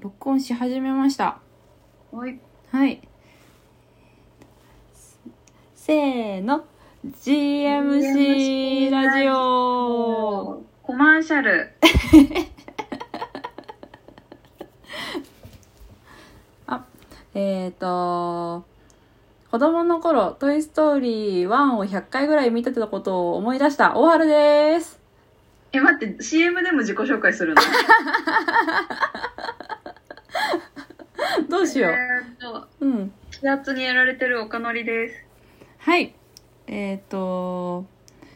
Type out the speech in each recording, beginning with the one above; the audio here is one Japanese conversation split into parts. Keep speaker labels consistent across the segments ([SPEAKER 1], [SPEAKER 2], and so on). [SPEAKER 1] 録音し始めました。
[SPEAKER 2] はい。
[SPEAKER 1] はい。せーの。GMC ラジオ
[SPEAKER 2] コマーシャル。
[SPEAKER 1] えっ、と、子供の頃、トイストーリー1を100回ぐらい見てたことを思い出した大春です。
[SPEAKER 2] え、待って、CM でも自己紹介するの
[SPEAKER 1] どうしよう。
[SPEAKER 2] えーっと、
[SPEAKER 1] うん。
[SPEAKER 2] 気圧にやられてる岡のりです。
[SPEAKER 1] はい。えっ、と、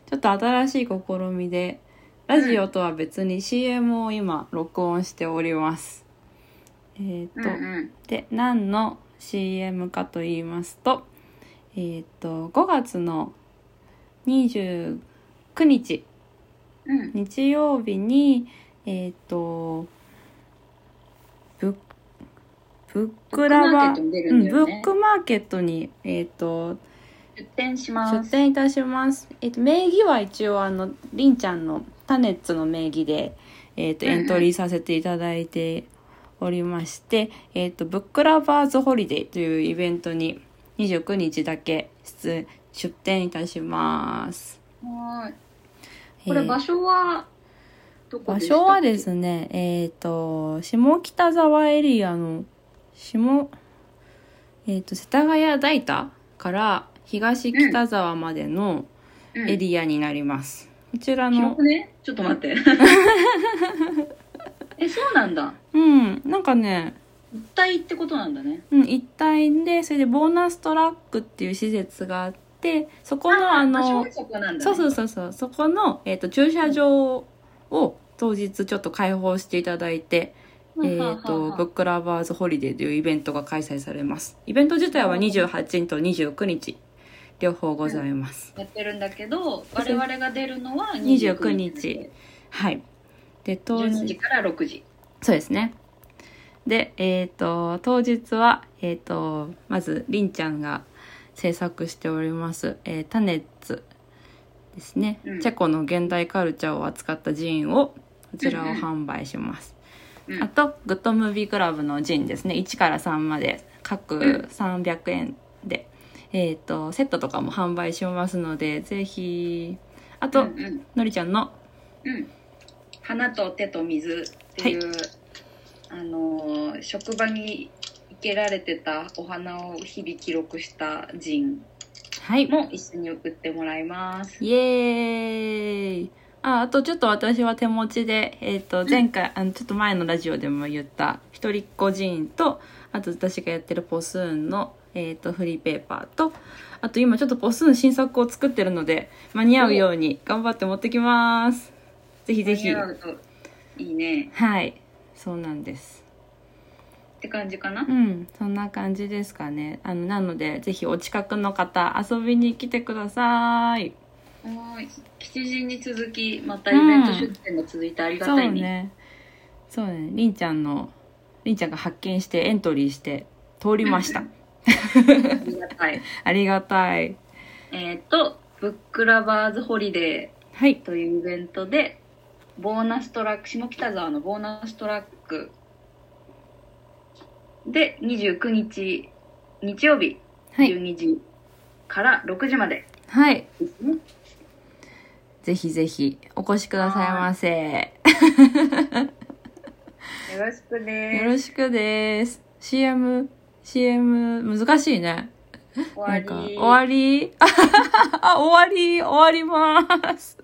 [SPEAKER 1] ちょっと新しい試みで、ラジオとは別に CM を今、録音しております。えっ、
[SPEAKER 2] うん
[SPEAKER 1] と、
[SPEAKER 2] うん。
[SPEAKER 1] で、何の CM かと言いますと、えっ、と、5月の29日、
[SPEAKER 2] うん。
[SPEAKER 1] 日曜日にえっ、とブブックラバ
[SPEAKER 2] ブックマーケッ
[SPEAKER 1] ー
[SPEAKER 2] トに出る
[SPEAKER 1] うんん
[SPEAKER 2] だ
[SPEAKER 1] ブ
[SPEAKER 2] よ
[SPEAKER 1] ッ
[SPEAKER 2] ね。
[SPEAKER 1] クマーケットに、えっと
[SPEAKER 2] 出店し
[SPEAKER 1] 出
[SPEAKER 2] ます。
[SPEAKER 1] 店いたします、えっと名義は一応あのりんちゃんのタネッツの名義で、えっと
[SPEAKER 2] うんうん
[SPEAKER 1] エントリーさせていただいておりまして、えっとブックラバーズホリデーというイベントに29日だけ出出店いたします。
[SPEAKER 2] はーい。これ
[SPEAKER 1] えー
[SPEAKER 2] 場所は、どこ
[SPEAKER 1] 場
[SPEAKER 2] でしたっ
[SPEAKER 1] 所
[SPEAKER 2] け
[SPEAKER 1] はですね、えっ、と、下北沢エリアの、下、えっ、と、世田谷大田から東北沢までの
[SPEAKER 2] うん
[SPEAKER 1] エリアになります。こちら
[SPEAKER 2] 広
[SPEAKER 1] の
[SPEAKER 2] く、ねちょっと 待って。え、そうなんだ。
[SPEAKER 1] うん、なんかね、
[SPEAKER 2] 一体ってことなんだね。
[SPEAKER 1] うん、一体で、それでボーナストラックっていう施設があって、そこのあ
[SPEAKER 2] 場所
[SPEAKER 1] の
[SPEAKER 2] は、そこなんだ、ね。
[SPEAKER 1] そうそうそうそう、そこの、えっ、と、駐車場を当日ちょっと開放していただいて、
[SPEAKER 2] は
[SPEAKER 1] え
[SPEAKER 2] あはあはあ
[SPEAKER 1] ー、と、ブックラバーズホリデーというイベントが開催されます。イベント自体は28日と29日、両方ございます。
[SPEAKER 2] やってるんだけど、我々が出るのは
[SPEAKER 1] 29
[SPEAKER 2] 29
[SPEAKER 1] 日
[SPEAKER 2] 日。
[SPEAKER 1] はい。で、当
[SPEAKER 2] 12時
[SPEAKER 1] 日、
[SPEAKER 2] から6時。
[SPEAKER 1] そうですね。で、えっ、と、当日は、えっ、と、まず、りんちゃんが制作しております、えータネッツですね、
[SPEAKER 2] うん
[SPEAKER 1] チェコの現代カルチャーを扱ったジンを、こちらを
[SPEAKER 2] うんうん
[SPEAKER 1] 販売します。
[SPEAKER 2] うん
[SPEAKER 1] あと、グッドムービークラブのジンですね。1から3まで、各
[SPEAKER 2] うん
[SPEAKER 1] 300円で、えっ、と、セットとかも販売しますので、ぜひ、あと、
[SPEAKER 2] うんうん
[SPEAKER 1] のりちゃんの、
[SPEAKER 2] うん、花と手と水っていう、あのー職場に生けられてたお花を日々記録したジン
[SPEAKER 1] はい、
[SPEAKER 2] も一緒に送ってもらいます。
[SPEAKER 1] イエーイあ、あとちょっと私は手持ちで、えっ、と、前回、あの、ちょっと前のラジオでも言った、一人っ子ジーンと、あと私がやってるポスーンの、えっ、と、フリーペーパーと、あと今ちょっとポスーン新作を作ってるので、間に合うように頑張って持ってきます。ぜひぜひ。
[SPEAKER 2] 間に合うといいね
[SPEAKER 1] はい。そうなんです。
[SPEAKER 2] って感じかな。
[SPEAKER 1] うん、そんな感じですかね。あの、なので、ぜひお近くの方、遊びに来てください。
[SPEAKER 2] はーい吉人に続きまたイベント出店が続いてありが
[SPEAKER 1] そう
[SPEAKER 2] たいね。
[SPEAKER 1] ねそうねりんちゃんのりんちゃんが発見してエントリーして通りました
[SPEAKER 2] ありがたい。
[SPEAKER 1] ありがたい
[SPEAKER 2] えっ、とブックラバーズホリデー。
[SPEAKER 1] はい
[SPEAKER 2] というイベントでボーナストラック下北沢のボーナストラックで29日日曜日
[SPEAKER 1] はい、
[SPEAKER 2] 12時から6時まで
[SPEAKER 1] はい、
[SPEAKER 2] ですね、
[SPEAKER 1] ぜひぜひお越しくださいませ
[SPEAKER 2] よろしく
[SPEAKER 1] よ
[SPEAKER 2] ね
[SPEAKER 1] ろしくです CMCM 難しいね
[SPEAKER 2] 終
[SPEAKER 1] な
[SPEAKER 2] わ
[SPEAKER 1] ん
[SPEAKER 2] り
[SPEAKER 1] か終わりあ終わり終わります